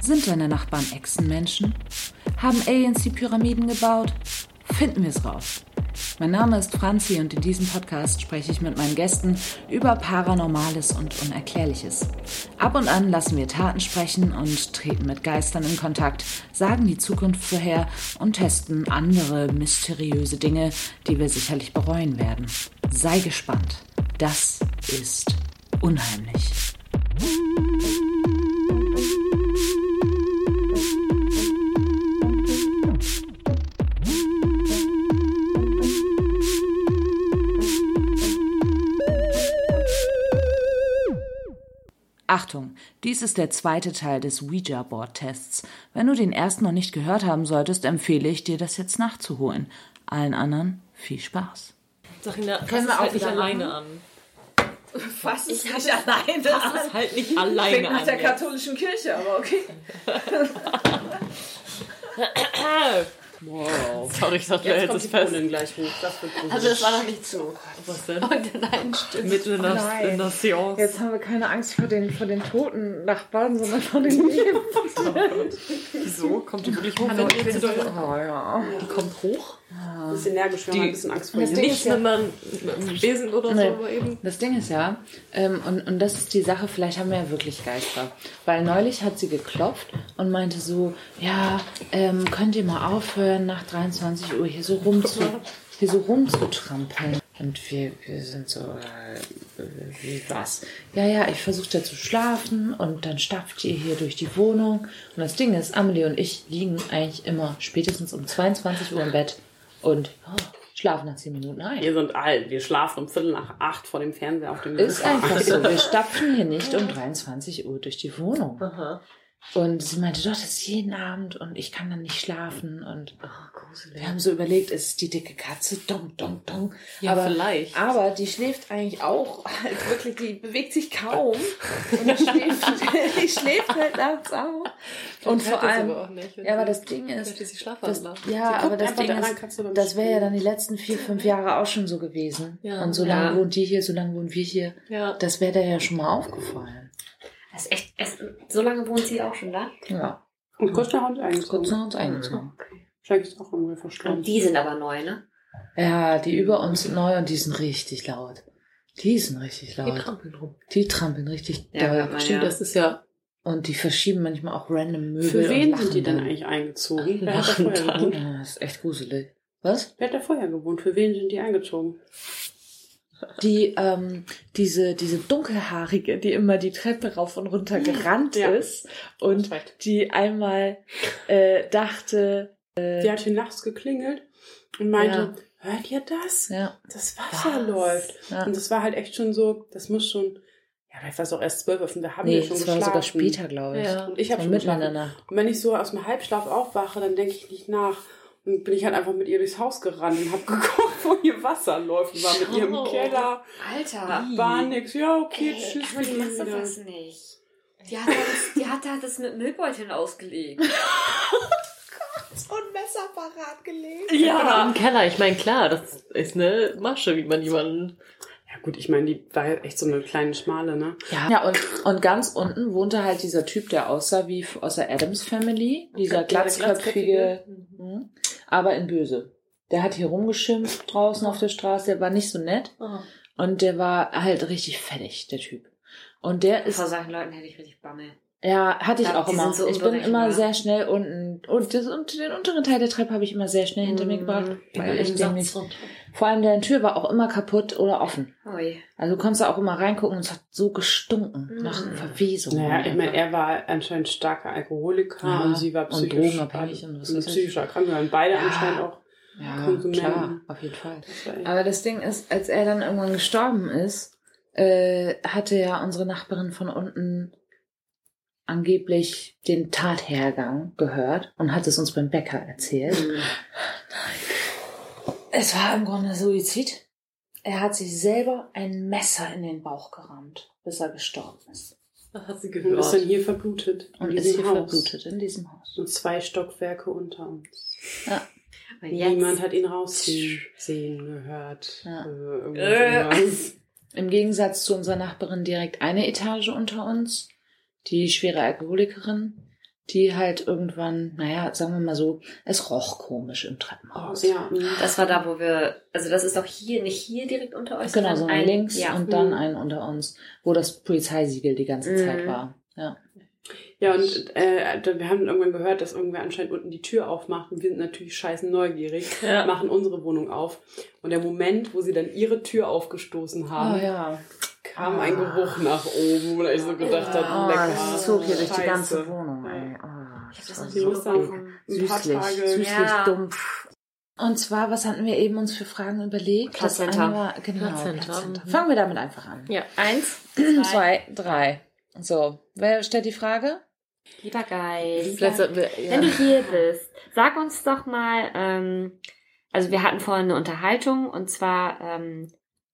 Sind deine Nachbarn Echsenmenschen? Haben Aliens die Pyramiden gebaut? Finden wir es raus. Mein Name ist Franzi und in diesem Podcast spreche ich mit meinen Gästen über Paranormales und Unerklärliches. Ab und an lassen wir Taten sprechen und treten mit Geistern in Kontakt, sagen die Zukunft vorher und testen andere mysteriöse Dinge, die wir sicherlich bereuen werden. Sei gespannt. Das ist unheimlich. Achtung, dies ist der zweite Teil des Ouija-Board-Tests. Wenn du den ersten noch nicht gehört haben solltest, empfehle ich dir, das jetzt nachzuholen. Allen anderen viel Spaß. Sarina, Können können wir wir auch halt nicht wieder alleine an. Fass es nicht alleine Das an. ist halt nicht Klingt alleine nach der an. katholischen Kirche, aber okay. Wow. Sorry, ich dachte, du Jetzt hältst kommt die es fest. Brunnen gleich hoch. Das wird gruselig. Also das war noch nicht zu. Oh, Was denn? Oh Und in einen Stift. Mitten in der, Nein. in der Seance. Jetzt haben wir keine Angst vor den, vor den toten Nachbarn, sondern vor den Leben. Oh Wieso? Kommt die wirklich hoch? wenn ihr zu doll- Die kommt hoch? Ein bisschen energisch, wenn Die- man ein bisschen Angst vor Das ihr Ding Nicht, ist ja- wenn man mit einem Besen oder so, Nee. aber eben. Das Ding ist ja, ähm, und, und das ist die Sache, vielleicht haben wir ja wirklich Geister. Weil neulich hat sie geklopft und meinte so, ja, ähm, könnt ihr mal aufhören, nach 23 Uhr hier so, rumzu, hier so rumzutrampeln. Und wir, wir sind so, äh, wie was? Ja, ja, ich versuche da zu schlafen und dann stapft ihr hier durch die Wohnung. Und das Ding ist, Amelie und ich liegen eigentlich immer spätestens um 22 Uhr im Bett und oh, schlafen nach 10 Minuten ein. Wir sind alt. Wir schlafen um Viertel nach acht vor dem Fernseher auf dem Ist Sofa. Also einfach so. Wir stapfen hier nicht um 23 Uhr durch die Wohnung. Und sie meinte, doch, das ist jeden Abend und ich kann dann nicht schlafen. Und wir haben so überlegt, ist es die dicke Katze? Dong, dong, dong. Ja, vielleicht. Aber die schläft eigentlich auch. Halt wirklich, die bewegt sich kaum. Und die schläft, die schläft halt nachts auch. Und vor allem. Ja, aber das Ding ist. Hätte sie Das, Schlafanlage. ja, aber das einfach Ding der ist, anderen Katze beim das wäre ja Spielen. dann die letzten vier, fünf Jahre auch schon so gewesen. Ja. und so lange Ja. wohnt die hier, so lange wohnen wir hier. Ja. Das wäre da ja schon mal aufgefallen. Das ist echt, es, so lange wohnt sie auch schon da. Ja, Und kurz nach uns kurz eingezogen. nach uns ne? eingezogen. Vielleicht ist auch irgendwer verstorben. Und die sind aber neu, ne? Ja, die über uns sind neu und die sind richtig laut. Die sind richtig Die laut. trampeln rum. Die trampeln richtig Ja, doll. kann man Stimmt, Ja. das ist ja. Und die verschieben manchmal auch random Möbel. Für und wen lachen sind die denn dann. eigentlich eingezogen? Wer hat da Lachen vorher dann. gewohnt? Ja, das ist echt gruselig. Was? Wer hat da vorher gewohnt? Für wen sind die eingezogen? Die, ähm, diese, diese dunkelhaarige, die immer die Treppe rauf und runter gerannt Ja. ist und die einmal äh, dachte, Die hat hier nachts geklingelt und meinte, hört ihr das? ja, Das Wasser Was? läuft. ja. Und das war halt echt schon so, das muss schon, ja, vielleicht war es auch erst zwölf Uhr, da haben nee, wir schon das geschlafen. war sogar später, glaube ich. Ja. Und ich habe War schon mitten in geschlafen. der Nacht. Und wenn ich so aus dem Halbschlaf aufwache, dann denke ich nicht nach. Und bin ich halt einfach mit ihr durchs Haus gerannt und habe geguckt, wo ihr Wasser läuft. Und war mit ihr im Oh. Schau. Keller. Alter. War nix. Ja, okay, Äh, Ey, tschüss. Katrin, wir gehen machst du wieder. das nicht. Die hat, da das, die hat da das mit Müllbeuteln ausgelegt. Ja. Im Keller. Ich meine, klar, das ist eine Masche, wie man jemanden. Ja gut, ich meine, die war ja echt so eine kleine Schmale, ne? Ja. Ja, und, und ganz unten wohnte halt dieser Typ, der aussah wie f- aus der Adams Family, dieser Dieser glatzköpfige, Mhm. aber in böse. Der hat hier rumgeschimpft draußen auf der Straße, der war nicht so nett Oh. und der war halt richtig fettig, der Typ. Und der ist, Vor solchen Leuten hätte ich richtig Bammel. ja, hatte ich Ja, auch die immer. sind so ich bin immer unberechenbar. sehr schnell unten und, das, und den unteren Teil der Treppe habe ich immer sehr schnell hinter Mhm. mir gebracht, weil ich den nicht. Vor allem deren Tür war auch immer kaputt oder offen. Ui. Also du konntest da auch immer reingucken und es hat so gestunken Mhm. nach Verwesung. Naja, ich meine, er war anscheinend starker Alkoholiker Ja, und sie war und psychisch drogenabhängig und was und weiß ich. psychisch erkrankt. Wir waren beide Ja. anscheinend auch. ja, Konsumenten. klar, auf jeden Fall. Das war echt- Aber das Ding ist, als er dann irgendwann gestorben ist, äh, hatte ja unsere Nachbarin von unten angeblich den Tathergang gehört und hat es uns beim Bäcker erzählt. Hm. Es war im Grunde Suizid. Er hat sich selber ein Messer in den Bauch gerammt, bis er gestorben ist. Das hat sie Und gehört. ist dann hier verblutet. in Und ist diesem hier Haus. verblutet in diesem Haus. So zwei Stockwerke unter uns. Und jetzt, Niemand hat ihn rausziehen sehen, gehört. Ja. Äh. Äh, irgendwas Im Gegensatz zu unserer Nachbarin direkt eine Etage unter uns, die schwere Alkoholikerin, die halt irgendwann, naja, sagen wir mal so, es roch komisch im Treppenhaus. Ja, mhm. Das war da, wo wir, also das ist auch hier, nicht hier direkt unter euch, Genau, sondern so ein links ja. und dann ein unter uns, wo das Polizeisiegel die ganze Mhm. Zeit war. Ja. Ja, und äh, da- wir haben irgendwann gehört, dass irgendwer anscheinend unten die Tür aufmacht. Und wir sind natürlich scheißen neugierig, Ja. machen unsere Wohnung auf. Und der Moment, wo sie dann ihre Tür aufgestoßen haben, Oh, ja. kam ein Geruch nach oben, wo ich so gedacht Oh, habe, lecker. das zog hier durch die Scheiße. ganze Wohnung. Ey. Oh, das war so eklig. Ein paar süßlich, Tage. süßlich Ja. dumpf. Und zwar, was hatten wir eben uns für Fragen überlegt? Das Plazenta. eine war- genau, Plazenta. Plazenta. Mhm. Fangen wir damit einfach an. Ja. Eins. Zwei, drei. So, wer stellt die Frage? Lieber Geist. Vielleicht sollten wir, ja. Wenn du hier bist, sag uns doch mal, ähm, also wir hatten vorhin eine Unterhaltung und zwar, ähm,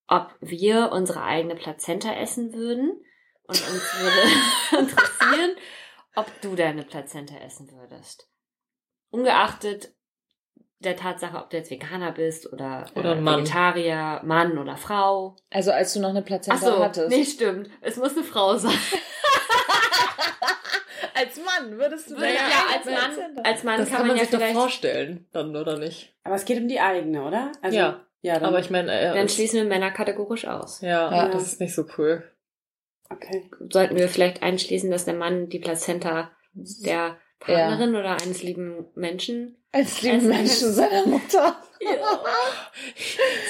ob wir unsere eigene Plazenta essen würden. Und uns würde interessieren, ob du deine Plazenta essen würdest. Ungeachtet der Tatsache, ob du jetzt Veganer bist oder, Oder äh, ein Mann. Vegetarier, Mann oder Frau. Also, als du noch eine Plazenta Ach so, hattest. nee, stimmt. Es muss eine Frau sein. Als Mann würdest du Würde, deine ja, eigene als Mann, Plazenta- als Mann das kann, kann man ja sich doch vielleicht... vorstellen, dann, oder nicht? Aber es geht um die eigene, oder? Also, Ja. ja dann, Aber ich meine, äh, Dann es- schließen wir Männer kategorisch aus. ja, Ja. das ist nicht so cool. Okay. sollten wir vielleicht einschließen, dass der Mann die Plazenta der Partnerin oder eines lieben Menschen. Als lieben als- Menschen seiner Mutter.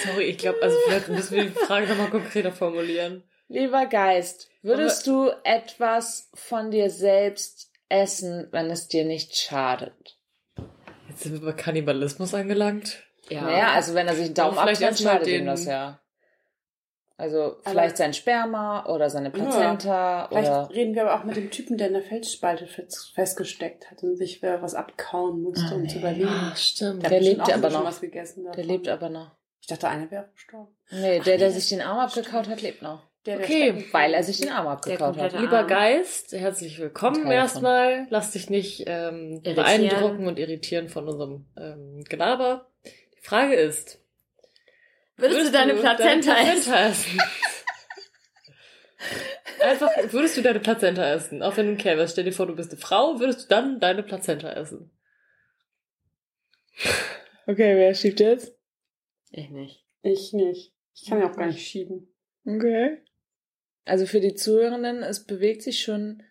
Sorry, ich glaube, also vielleicht müssen wir die Frage nochmal konkreter formulieren. Lieber Geist, würdest du etwas von dir selbst essen, wenn es dir nicht schadet? Jetzt sind wir bei Kannibalismus angelangt. Ja. Naja, also wenn er sich einen Daumen Aber vielleicht abknipst, erst mal schadet ihm den- das ja. Also vielleicht sein Sperma oder seine Plazenta Vielleicht oder... reden wir aber auch mit dem Typen, der in der Felsspalte fest- festgesteckt hat und sich äh, was abkauen musste, Ah, um nee. zu überleben. stimmt. Der, Der hat lebt lebt ja aber aber schon noch. was gegessen. Der davon. lebt aber noch. Ich dachte, einer wäre gestorben. Nee, der, der sich den Arm abgekaut hat, lebt noch. Der, der Okay, stecken- Weil er sich den Arm abgekaut komplette- hat. Lieber Geist, herzlich willkommen Teil von. erstmal. Lass dich nicht ähm, Irritieren. beeindrucken und irritieren von unserem ähm, Gelaber. Die Frage ist, Würdest, du deine Plazenta deine essen? Plazenta essen? Einfach, würdest du deine Plazenta essen? Auch wenn du ein Kerl wärst. Stell dir vor, du bist eine Frau, würdest du dann deine Plazenta essen? Okay, wer schiebt jetzt? Ich nicht. Ich nicht. Ich kann ja auch gar nicht schieben. Okay. Also für die Zuhörenden, es bewegt sich schon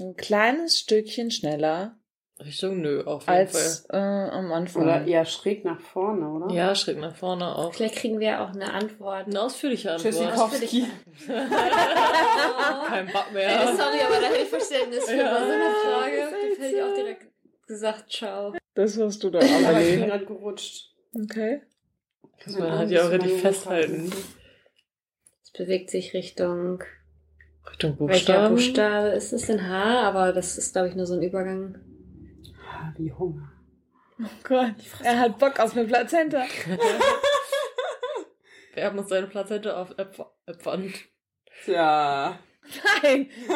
ein kleines Stückchen schneller Richtung nö, auf jeden als äh, am Anfang. Oder eher schräg nach vorne, oder? Fall. Ja, schräg nach vorne auch. Vielleicht kriegen wir auch eine Antwort. Eine ausführliche Antwort. Tschüssikowski. Kein Bock Ey, mehr. Äh, sorry, aber da hätte ich Verständnis für Ja. bei so einer Frage. Da hätte ich auch direkt gesagt, ciao. Das hast du da Aber ich bin aber gerade gerutscht. Okay. Kann Man auch hat nicht ja so halt auch richtig lange festhalten. Es bewegt sich Richtung... Richtung Welcher Buchstaben. Buchstabe ist es denn? H, aber das ist, glaube ich, nur so ein Übergang. Ah, Wie Hunger. Oh Gott, er hat Bock auf eine Plazenta. Wir haben uns seine Plazente auf Äpfern. Tja. Nein, nicht,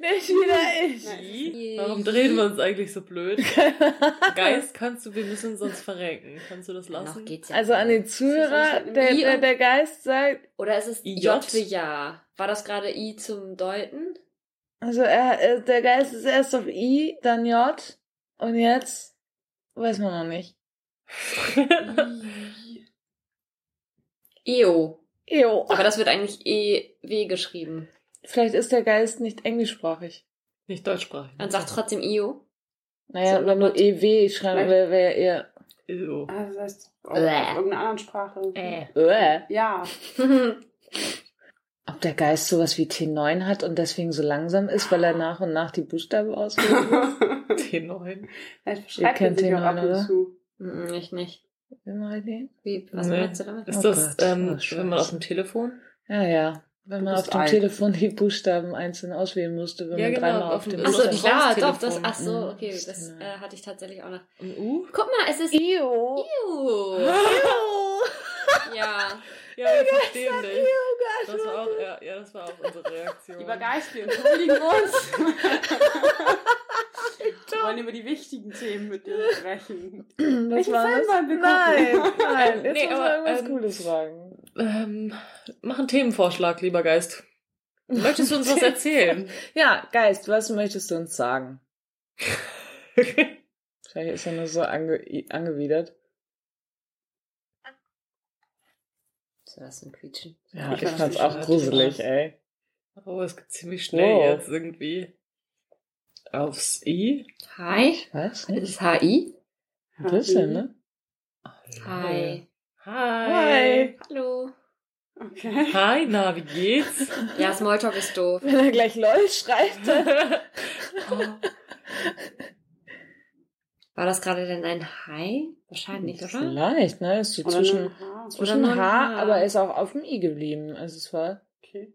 nicht wieder ich. Warum drehen wir uns eigentlich so blöd? Geist, kannst du, wir müssen uns sonst verrenken. Kannst du das Noch lassen? geht's ja. Also an die Zuhörer, der, der, der Geist sagt, Oder ist es IJ? J für Ja? War das gerade I zum Deuten? also er, er- der Geist ist erst auf I, dann J und jetzt weiß man noch nicht. EO. Jo. E Aber das wird eigentlich EW geschrieben. Vielleicht ist der Geist nicht englischsprachig. Nicht deutschsprachig. Man sagt trotzdem IO. Naja, wenn du EW schreiben will, wäre eher. Ew. Ah, das heißt, auf Bäh. auf irgendeiner anderen Sprache. Äh. Ja. Hm, Ob der Geist sowas wie T9 hat und deswegen so langsam ist, weil er nach und nach die Buchstaben auswählt? T9. Vielleicht verschreibt kennt man sich den auch ab alle, oder? und zu. Mm, ich nicht. Will man halt nehmen? Wie, was Nee. meinst du damit? Ist Oh das, Gott, ähm, oh, Scheiße. wenn man auf dem Telefon? Ja, ja. Wenn Du man bist auf dem alt. Telefon die Buchstaben einzeln auswählen musste, wenn Ja, man genau, dreimal auf auf dem dem- Ach so, Achso, Oder klar, doch, Haustelefon. Hm, das, ach so, Mhm. okay, das Stimmt. äh, hatte ich tatsächlich auch noch. Ein U? Guck mal, es ist Io. IO. Ja. Oh Ja, wir verstehen dich. Das war auch, ja, ja, das war auch unsere Reaktion. Lieber Geist, wir entschuldigen uns. wir wollen über die wichtigen Themen mit dir sprechen. Was Welchen war Film das? wollen wir Nein, gucken? nein. Jetzt Nee, nee, muss aber, man irgendwas ähm, Cooles fragen. Ähm, mach einen Themenvorschlag, lieber Geist. Möchtest du uns was erzählen? Ja, Geist, was möchtest du uns sagen? Vielleicht ist er nur so ange angewidert. So was ein Quietschen. Ja, ich, ich fand's auch gruselig, ey. Oh, es geht ziemlich schnell Wow. jetzt irgendwie. Aufs I? Hi. Was? Das ist HI. Ein bisschen, ne? Hi. Hi. Hallo. Okay. Hi, na, wie geht's? Ja, Smalltalk ist doof. Wenn er gleich LOL schreibt, dann War das gerade denn ein Hi? Hm, Wahrscheinlich, oder? Vielleicht, ne? Ist so zwischen, nur- ah, zwischen nur ein H, H. aber er ist auch auf dem I geblieben. Also es war. okay.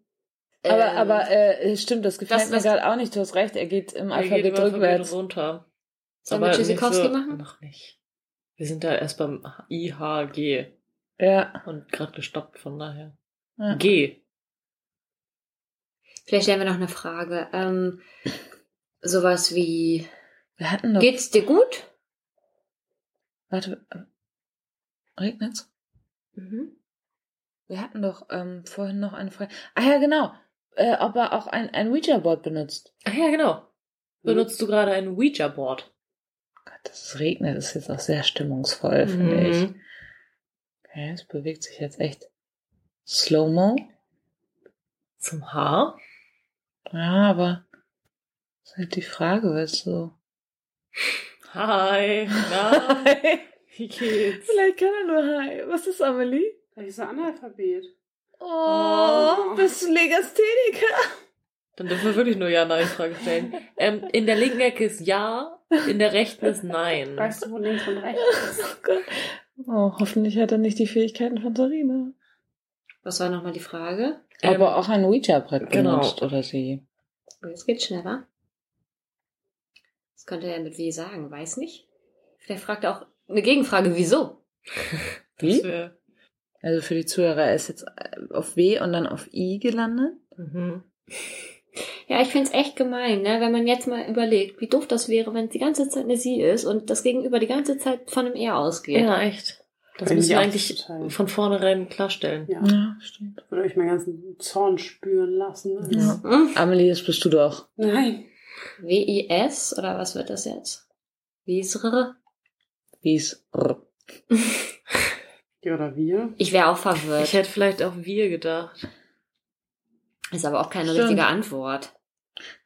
Aber, Ähm, aber äh, stimmt, das gefällt das- mir das- gerade auch nicht. Du hast recht, er geht im Alphabet geht im Alphabet rückwärts. runter. Sollen wir Aber Tschüssikowski halt nicht so- machen? Noch nicht. Wir sind da erst beim I H G Ja. und gerade gestoppt, von daher. Ja. G. Vielleicht stellen wir noch eine Frage. Ähm, sowas wie, Wir hatten doch. geht's dir gut? Warte. äh, Regnet's? Mhm. Wir hatten doch ähm, vorhin noch eine Frage. Ah ja, genau. Äh, ob er auch ein, ein Ouija-Board benutzt. Ach ja, genau. Benutzt du gerade ein Ouija-Board? Gott, dass es regnet, ist jetzt auch sehr stimmungsvoll, finde ich. Mhm. Okay, es bewegt sich jetzt echt. Slow-Mo. Zum H? Ja, aber das ist halt die Frage, weißt du. Hi. Na, wie geht's? Vielleicht kann er nur Hi. Was ist Amelie? Vielleicht ist er Analphabet. Oh, Oh. bist du Legastheniker? Dann dürfen wir wirklich nur Ja-Nein-Frage stellen. ähm, in der linken Ecke ist Ja, in der rechten ist Nein. Weißt du, wo links und rechts ist? Oh, Gott. oh, hoffentlich hat er nicht die Fähigkeiten von Sarina. Was war nochmal die Frage? Ähm, Aber auch ein Ouija-Brett genau. benutzt oder sie. Oh, Jetzt geht's schneller. Was könnte er mit wie sagen? Weiß nicht. Vielleicht fragt er auch eine Gegenfrage, wieso? Das Wie? wär- Also für die Zuhörer er ist jetzt äh, auf W und dann auf I gelandet. Mhm. Ja, ich find's echt gemein, ne? wenn man jetzt mal überlegt, wie doof das wäre, wenn es die ganze Zeit eine Sie ist und das Gegenüber die ganze Zeit von einem Er ausgeht. Ja, echt. Das Wenn müssen die wir auch eigentlich total- von vornherein klarstellen. Ja. Ja, stimmt. Würde euch meinen ganzen Zorn spüren lassen. Ja. Hm? Amelie, das bist du doch. Nein. W-I-S oder was wird das jetzt? Wiesr? Wie's. R. Die oder wir? Ich wäre auch verwirrt. Ich hätte vielleicht auch wir gedacht. Ist aber auch keine Stimmt. richtige Antwort.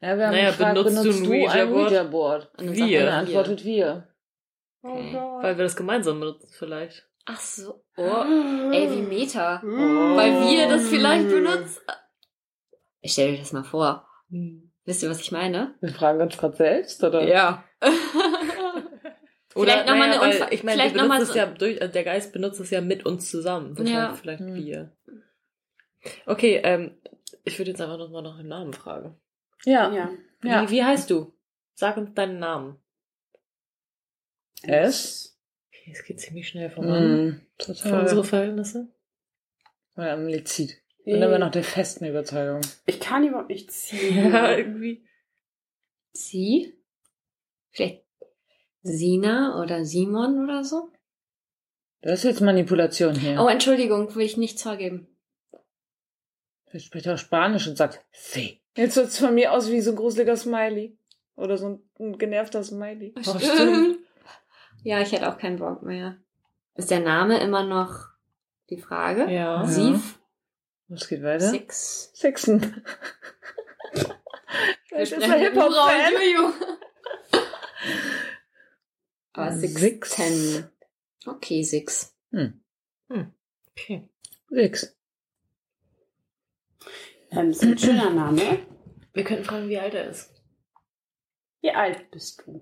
Ja, wir haben Naja, gefragt, benutzt du ein Ouija-Board? Ouija-Board? Und dann Wir. sagt Und man, er Ja. antwortet wir. Oh Okay. Weil wir das gemeinsam benutzen vielleicht. Ach so. Oh, ey, Ah. wie Meta. Mm. Oh. Weil wir das vielleicht benutzen. Ich stell dir das mal vor. Hm. Wisst ihr, was ich meine? Wir fragen uns gerade selbst, oder? Ja. Vielleicht noch mal eine weil Unver- Ich meine, vielleicht wir noch mal benutzen es so- ja durch, äh, der Geist benutzt es ja mit uns zusammen. Deshalb Ja. vielleicht Hm. wir. Okay, ähm, ich würde jetzt einfach nochmal nach dem Namen fragen. Ja. Ja. Ja. Wie, wie heißt du? Sag uns deinen Namen. S? Okay, es geht ziemlich schnell voran. Mhm. Für Total. unsere Verhältnisse. Weil Amelie zieht. Nee. Bin aber noch der festen Überzeugung. Ich kann überhaupt nicht ziehen. Ja, irgendwie. Sie? Vielleicht Sina oder Simon oder so? Das ist jetzt Manipulation hier. Oh, Entschuldigung, will ich nichts vorgeben. Er spricht auch Spanisch und sagt sie. Jetzt wird's von mir aus wie so ein gruseliger Smiley. Oder so ein, ein genervter Smiley. Oh, stimmt. Ja, ich hätte auch keinen Bock mehr. Ist der Name immer noch die Frage? Ja. Sief? Was geht weiter? Six? Sixen. Wir Das ist sprechen ein mit Nora Äh, und Hip-Hop-Fan. Juju. Aber Ah, Six. Six. Ten. Okay, Six. Hm. Okay. Six. Ähm, ist ein schöner Name. Wir könnten fragen, wie alt er ist. Wie alt bist du?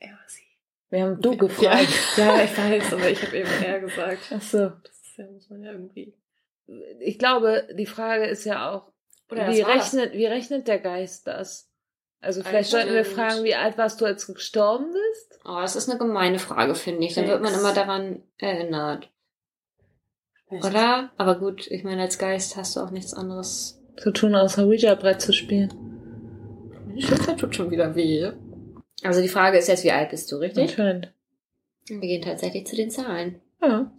Er sie. Wir haben du Ja, gefragt. ja, ich weiß, aber ich habe eben er gesagt. Ach so. Das ist ja, muss man ja irgendwie. Ich glaube, die Frage ist ja auch, Oder das wie, war das. rechnet, wie rechnet der Geist das? Also vielleicht Also, sollten wir ähm, fragen, wie alt warst du, als du gestorben bist? Oh, das ist eine gemeine Frage, finde ich. Dann wird man Sechs. immer daran erinnert. Weiß Oder? Aber gut, ich meine, als Geist hast du auch nichts anderes. Zu tun, außer Ouija-Brett zu spielen. Meine Schulter tut schon wieder weh. Also die Frage ist jetzt, wie alt bist du, Hm? richtig? Anscheinend. Wir gehen tatsächlich zu den Zahlen. Ja.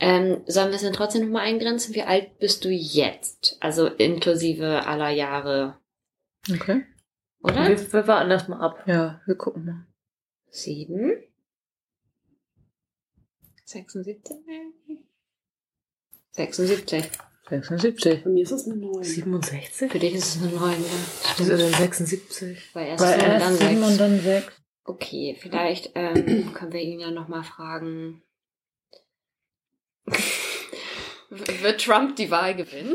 Ähm, sollen wir es dann trotzdem nochmal eingrenzen? Wie alt bist du jetzt? Also inklusive aller Jahre Okay. Oder? Wir, wir warten das mal ab. Ja, wir gucken mal. Sieben. 76? 76. 76. Bei mir ist es eine 9. 67? Für dich ist es eine neun, ne? Das ist dann 76. Weil erst Bei zwei und erst dann sieben sechs. und dann sechs. Okay, vielleicht ähm, können wir ihn ja nochmal fragen. Wird Trump die Wahl gewinnen?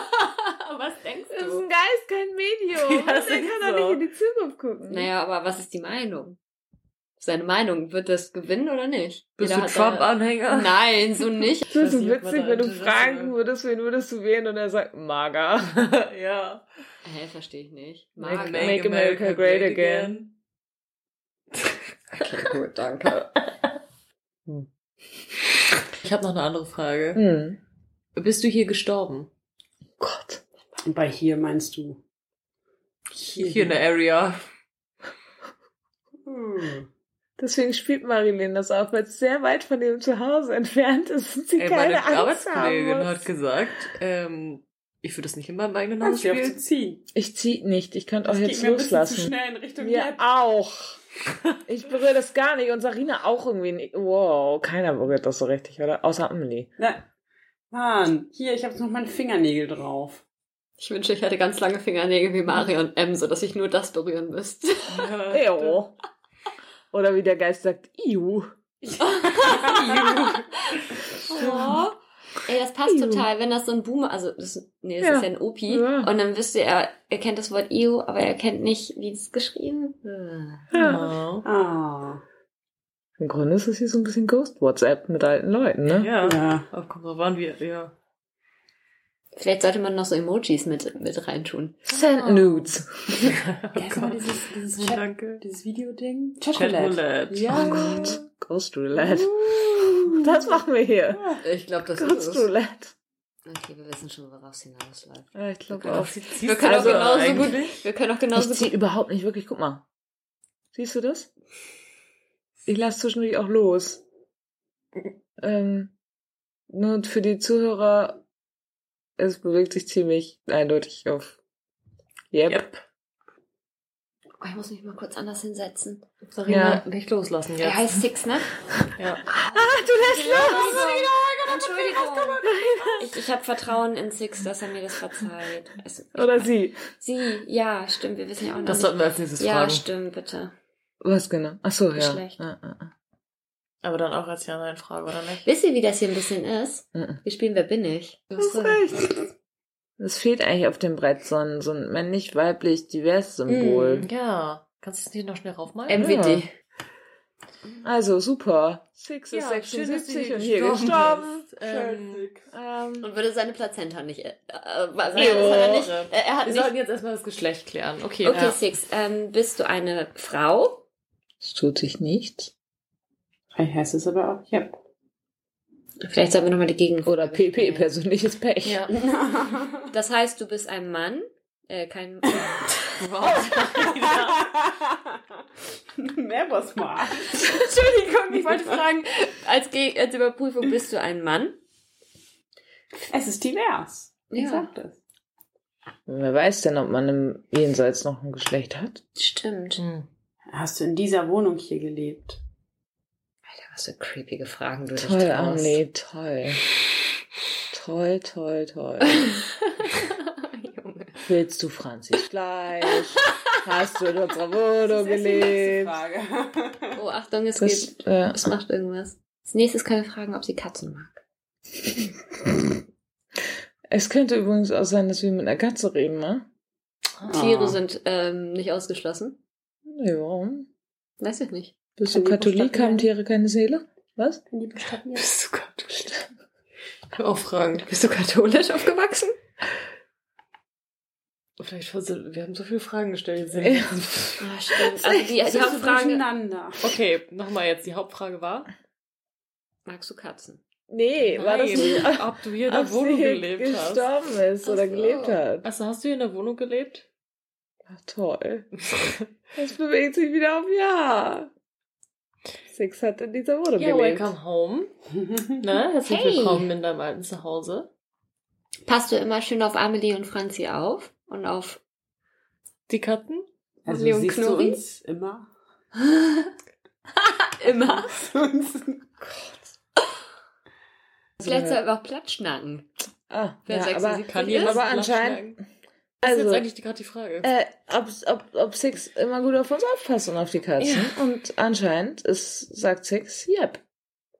Was denkst Das ist ein Geist, kein Medium. Ja, das Der ist kann doch so. nicht in die Zukunft gucken. Naja, aber was ist die Meinung? Seine Meinung, wird das gewinnen oder nicht? Bist Jeder du hat seine- Trump-Anhänger? Nein, so nicht. Das ist Ich weiß nicht, ob witzig, man da wenn du Interesse fragen hat. würdest, wen würdest du wählen und er sagt, mager. ja. Hä, verstehe ich nicht. Make- Mag. Make America Great Again. Okay, gut, danke. Hm. Ich habe noch eine andere Frage. Hm. Bist du hier gestorben? Gott. Und bei hier meinst du? Hier. Hier in der Area. Hm. Deswegen spielt Marilyn das auch, weil es sehr weit von ihrem Zuhause entfernt ist und sie Ey, keine meine Angst haben Arbeitskollegin hat muss. gesagt, ähm, ich würde das nicht in meinem eigenen Haus Kannst du auf zu spielen. ziehen. Oh, Ich zieh nicht. Ich könnte auch Das jetzt geht mir ein bisschen zu loslassen. schnell in Richtung Mir Jett. auch. Ich berühre das gar nicht und Sarina auch irgendwie nicht. Wow, keiner berührt das so richtig, oder? Außer Amelie. Na, Mann, hier, ich habe noch meinen Fingernägel drauf. Ich wünsche, ich hätte ganz lange Fingernägel wie Mario und M, sodass ich nur das berühren müsste. Ja, stimmt. Ew. Oder wie der Geist sagt, iu. Oh. Ey, das passt Iu. total, wenn das so ein Boomer, also das, nee, das Ja. ist ja ein Opi. Ja. Und dann wisst ihr, er, er kennt das Wort EU, aber er kennt nicht, wie es geschrieben wird. Ja. Ah. Im Grunde ist es hier so ein bisschen Ghost-WhatsApp mit alten Leuten, ne? Ja. Ja. Aber guck mal, waren wir, ja. Vielleicht sollte man noch so Emojis mit, mit reintun. Send Nudes. Erstmal dieses, dieses, Chat, Oh Danke. dieses Videoding. Chocolate. Ja. Oh Gott. Ghost Roulette. Das machen wir hier. Ich glaube, das Ghost Roulette. Okay, wir wissen schon, worauf es hinausläuft. Ja, ich glaube Wow. auch. Genau Wir können, Also auch genauso eigentlich- gut, wir können auch Genau. Ich genauso zieh gut. überhaupt nicht wirklich. Guck mal. Siehst du das? Ich lasse zwischendurch auch los. Ähm, nur für die Zuhörer, es bewegt sich ziemlich eindeutig auf. Yep. Yep. Oh, ich muss mich mal kurz anders hinsetzen. Sarina, Ja. nicht loslassen Er jetzt. heißt Six, ne? Ja. Ah, du lässt Entschuldigung. Ich, ich habe Vertrauen in Six, dass er mir das verzeiht. Es, Oder sie. sie, ja, stimmt, wir wissen ja auch noch Das nicht. sollten wir als nächstes Ja, fragen. stimmt, bitte. Was genau? Ach so, ja. Geschlecht. Ah, ah, Aber dann auch als Ja-Nein-Frage, oder nicht? Wisst ihr, wie das hier ein bisschen ist? ah. Mm-mm. Wir spielen Wer bin ich? Du hast recht. Es fehlt eigentlich auf dem Brett so ein, so ein männlich-weiblich-divers-Symbol. Ja. Kannst du es nicht noch schnell raufmalen? MWD. Also super. Six ist Mhm. Ja, schön, dass du 76 hier und hier gestorben gestorben. bist. Ähm, Ähm, Und würde seine Plazenta nicht. Äh, äh, was- Jo. was hat er nicht. Äh, er hat wir nicht. sollten jetzt erstmal das Geschlecht klären. Okay. Okay, ja. Six, ähm, bist du eine Frau? es tut sich nichts. Heißt es aber auch Jep. Vielleicht sollten wir nochmal die Gegend. Oder PP, persönliches Pech. Ja. Das heißt, du bist ein Mann? Äh, kein. Mehr was mal. Entschuldigung, ich wollte fragen, als, Ge als Überprüfung bist du ein Mann? Es ist divers. Ich Ja. sag das. Wer weiß denn, ob man im Jenseits noch ein Geschlecht hat? Stimmt. Hm. Hast du in dieser Wohnung hier gelebt? Alter, was für creepige Fragen du dich Toll, traust. Amelie, toll. Toll, toll, toll. Junge. Willst du Franzi Fleisch? Hast du in unserer Wohnung ist erst die nächste gelebt? Frage. Oh, Achtung, es Das, geht. äh, Es macht irgendwas. Als nächstes können wir fragen, ob sie Katzen mag. es könnte übrigens auch sein, dass wir mit einer Katze reden, ne? Tiere sind ähm, nicht ausgeschlossen. Ja, warum? Weiß ich nicht. Bist Kann du die Katholik? buchstabieren? Haben Tiere keine Seele? Was? Können die buchstabieren? Bist du katholisch? Auch Fragen. Bist du katholisch aufgewachsen? Vielleicht, schon so- wir haben so viele Fragen gestellt. Ja. Ah, stimmt. Also die, Das die ist Hauptfrage. durcheinander. Okay, nochmal jetzt. Die Hauptfrage war? Magst du Katzen? Nee, war das Nein, nicht, ob ob du hier in der sie Wohnung gelebt hast. gestorben ist oder Ach so. gelebt hat. Achso, hast du hier in der Wohnung gelebt? Ach, toll. Es bewegt sich wieder auf Ja. Six hat in dieser Wohnung Ja, gelebt. welcome home. Na, Ne? herzlich Hey. willkommen in deinem alten Zuhause. Passt du immer schön auf Amelie und Franzi auf? Und auf Die Katzen? Also Leon siehst Knurri? du uns immer? Immer. Vielleicht ja. soll aber auch Platschnacken. Ah, Wer ja, 76 aber, ist, kann kann die, jedes aber Blatt anscheinend, schlagen. Das ist also, jetzt eigentlich die- gerade die Frage. äh, ob, ob, ob Six immer gut auf uns aufpasst und auf die Katzen. Und anscheinend ist, sagt Six, yep.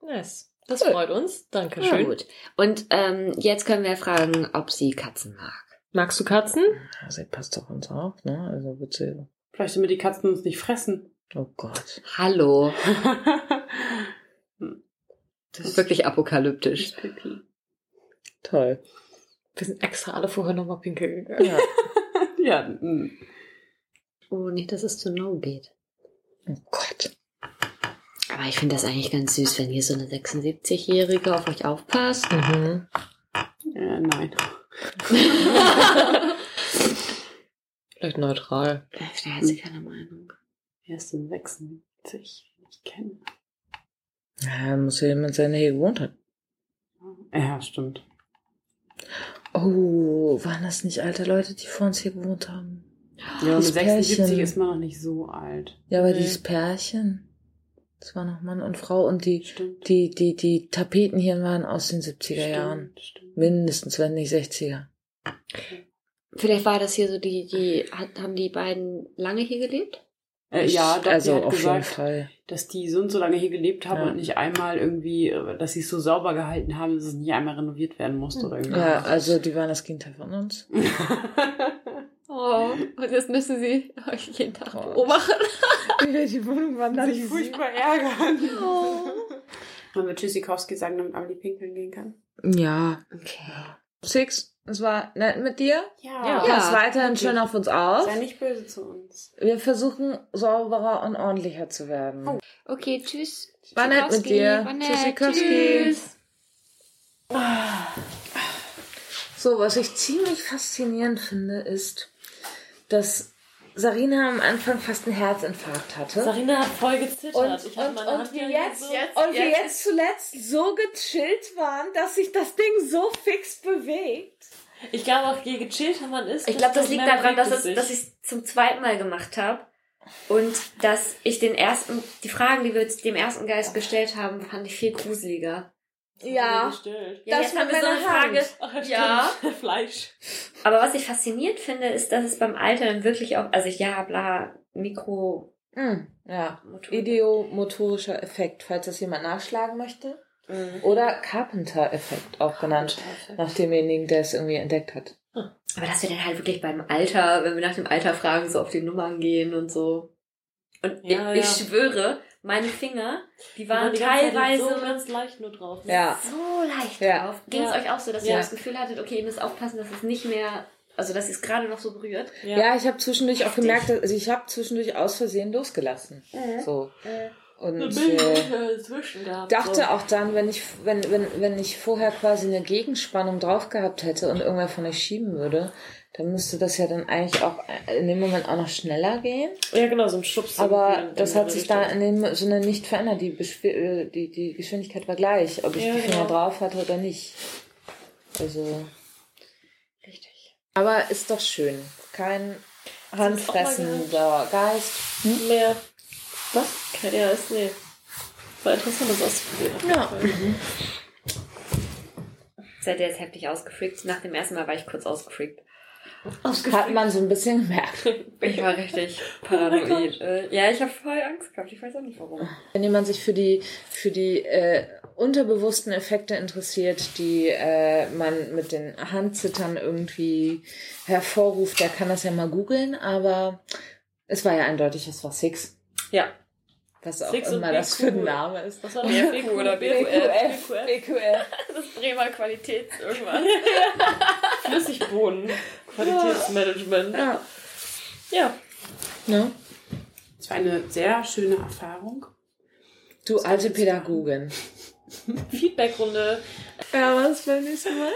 nice. Das cool. freut uns. Ja, Dankeschön. gut. Und ähm, jetzt können wir fragen, ob sie Katzen mag. Magst du Katzen? Ja, sie Ah, passt auf uns auf, ne? Also wird sie, Vielleicht damit die Katzen uns nicht fressen. oh Gott. Hallo. das Das ist wirklich apokalyptisch. Pipi. Toll. Wir sind extra alle vorher nochmal pinkeln gegangen. Ja. Ja, mm. mh. Oh, nicht, dass es zu No geht. Oh Gott. Aber ich finde das eigentlich ganz süß, wenn hier so eine 76-Jährige auf euch aufpasst. Mhm. äh, nein. Vielleicht neutral. Vielleicht hat sie keine Meinung. Er ist in 76. Ich kenne. Ja, muss ja jemand sein, der hier gewohnt hat. Ja, stimmt. Oh, waren das nicht alte Leute, die vor uns hier gewohnt haben? Ja, mit Das 76 Pärchen. ist man noch nicht so alt. Ja, aber Nee. dieses Pärchen. Das war noch Mann und Frau und die, Stimmt. die, die, die Tapeten hier waren aus den 70er Jahren. Stimmt, stimmt. Mindestens, wenn nicht 60er. Vielleicht war das hier so die, die, hat, haben die beiden lange hier gelebt? Äh, ja, doch, also also hat auf jeden gesagt, Fall. dass die so und so lange hier gelebt haben Ja. und nicht einmal irgendwie, äh, dass sie es so sauber gehalten haben, dass es nicht einmal renoviert werden musste oder irgendwie. Ja, also die waren das Gegenteil von uns. Oh, und jetzt müssen sie euch jeden Tag Oh. beobachten. Digga, die Wohnung sich furchtbar ärgern. Oh. Wollen wir Tschüssikowski sagen, damit Amelie pinkeln gehen kann? Ja. Okay. Six, es war nett mit dir. Ja. Ja. Pass weiterhin schön auf uns auf. Sei nicht böse zu uns. Wir versuchen sauberer und ordentlicher zu werden. Oh. Okay, tschüss. war nett mit dir. Tschüssikowski. So, was ich ziemlich faszinierend finde, ist, dass Sarina am Anfang fast einen Herzinfarkt hatte. Sarina hat voll gezittert. und, ich und, hab meine und Hand wir hier jetzt, so- und wir jetzt zuletzt so gechillt waren, dass sich das Ding so fix bewegt. Ich glaube auch, je gechillter man ist, Ich glaube, das desto liegt mehr daran, dass, bewegt es, sich. dass ich es zum zweiten Mal gemacht habe. Und dass ich den ersten, die Fragen, die wir jetzt dem ersten Geist gestellt haben, fand ich viel gruseliger. Ja. Gestillt. Ja, Das jetzt mit haben wir so eine meiner Frage. Hand. Ach, Ja. stimmt. Fleisch. Aber was ich faszinierend finde, ist, dass es beim Altern wirklich auch, also ja, bla, Mikro, Hm, ja. Motor- Ideomotorischer Effekt, falls das jemand nachschlagen möchte. Mhm. Oder Carpenter-Effekt auch genannt, nach demjenigen, der es irgendwie entdeckt hat. Aber dass wir dann halt wirklich beim Alter, wenn wir nach dem Alter fragen, so auf die Nummern gehen und so. Und Ja, ich, ja. ich schwöre, meine Finger, die Die waren die ganze Zeit teilweise so ganz leicht nur drauf. Ja. so leicht Ja. drauf. Ging es Ja. euch auch so, dass Ja. ihr das Gefühl hattet, okay, ihr müsst aufpassen, dass es nicht mehr, also dass ihr es gerade noch so berührt? Ja. Ja, ich habe zwischendurch auch gemerkt, dass, also ich habe zwischendurch aus Versehen losgelassen. So. Eine Und äh, Bildung dazwischen gehabt. so. dachte auch dann, wenn ich, wenn, wenn, wenn ich vorher quasi eine Gegenspannung drauf gehabt hätte und irgendwer von euch schieben würde, dann müsste das ja dann eigentlich auch in dem Moment auch noch schneller gehen. Ja, genau, so ein Schubs. irgendwie Aber in- das in hat die sich da Richtung. in dem Sinne nicht verändert. Die, Beschw äh, die, die Geschwindigkeit war gleich, ob ich Ja, die Finger genau. drauf hatte oder nicht. Also. Richtig. Aber ist doch schön. Kein Hast du das auch mal handfressender Geist. Mehr. Was? Keine- Ja, ist nee. War interessant, das auszuprobieren. Ja. Seid ihr jetzt heftig ausgefreakt? Nach dem ersten Mal war ich kurz ausgefreakt. Hat man so ein bisschen gemerkt. Ich war richtig paranoid. Äh, ja, ich habe voll Angst gehabt. Ich weiß auch nicht warum. Wenn jemand sich für die, für die äh, unterbewussten Effekte interessiert, die äh, man mit den Handzittern irgendwie hervorruft, der kann das ja mal googeln, aber es war ja eindeutig, es war Six. Ja. Was auch Six und immer das für ein BQ. Name ist. Was war das? BQ oder BQF. BQF. Das ist Bremer Qualitäts irgendwas. Flüssigboden. Qualitätsmanagement. Ja. Ja. Ne? Es war eine sehr schöne Erfahrung. Du alte Pädagogin. Feedbackrunde. Ja, was beim nächsten Mal?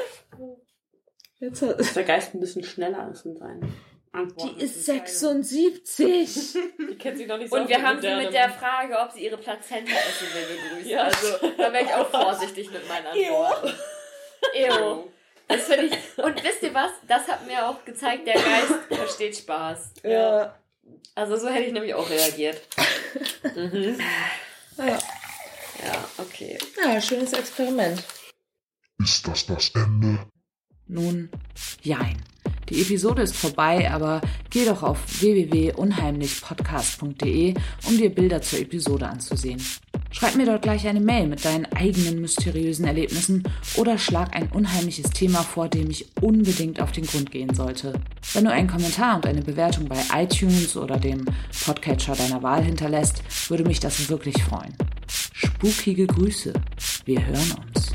Jetzt hat Dass der Geist ein bisschen schneller ist in seinen Antworten. Die ist 76. Die kennt sie noch nicht so Und aus wir der haben sie mit modernen- der Frage, ob sie ihre Plazenta essen will, begrüßt. Ja. Also da wäre ich auch vorsichtig mit meinen Antworten. Ew. Das finde ich. Und wisst ihr was? Das hat mir auch gezeigt, der Geist versteht Spaß. ja. Also so hätte ich nämlich auch reagiert. mhm. Ja. Ja, okay. Ja, Ah, schönes Experiment. Ist das das Ende? Nun, jein. Die Episode ist vorbei, aber geh doch auf www.unheimlichpodcast.de, um dir Bilder zur Episode anzusehen. Schreib mir dort gleich eine Mail mit deinen eigenen mysteriösen Erlebnissen oder schlag ein unheimliches Thema vor, dem ich unbedingt auf den Grund gehen sollte. Wenn du einen Kommentar und eine Bewertung bei iTunes oder dem Podcatcher deiner Wahl hinterlässt, würde mich das wirklich freuen. Spukige Grüße. Wir hören uns.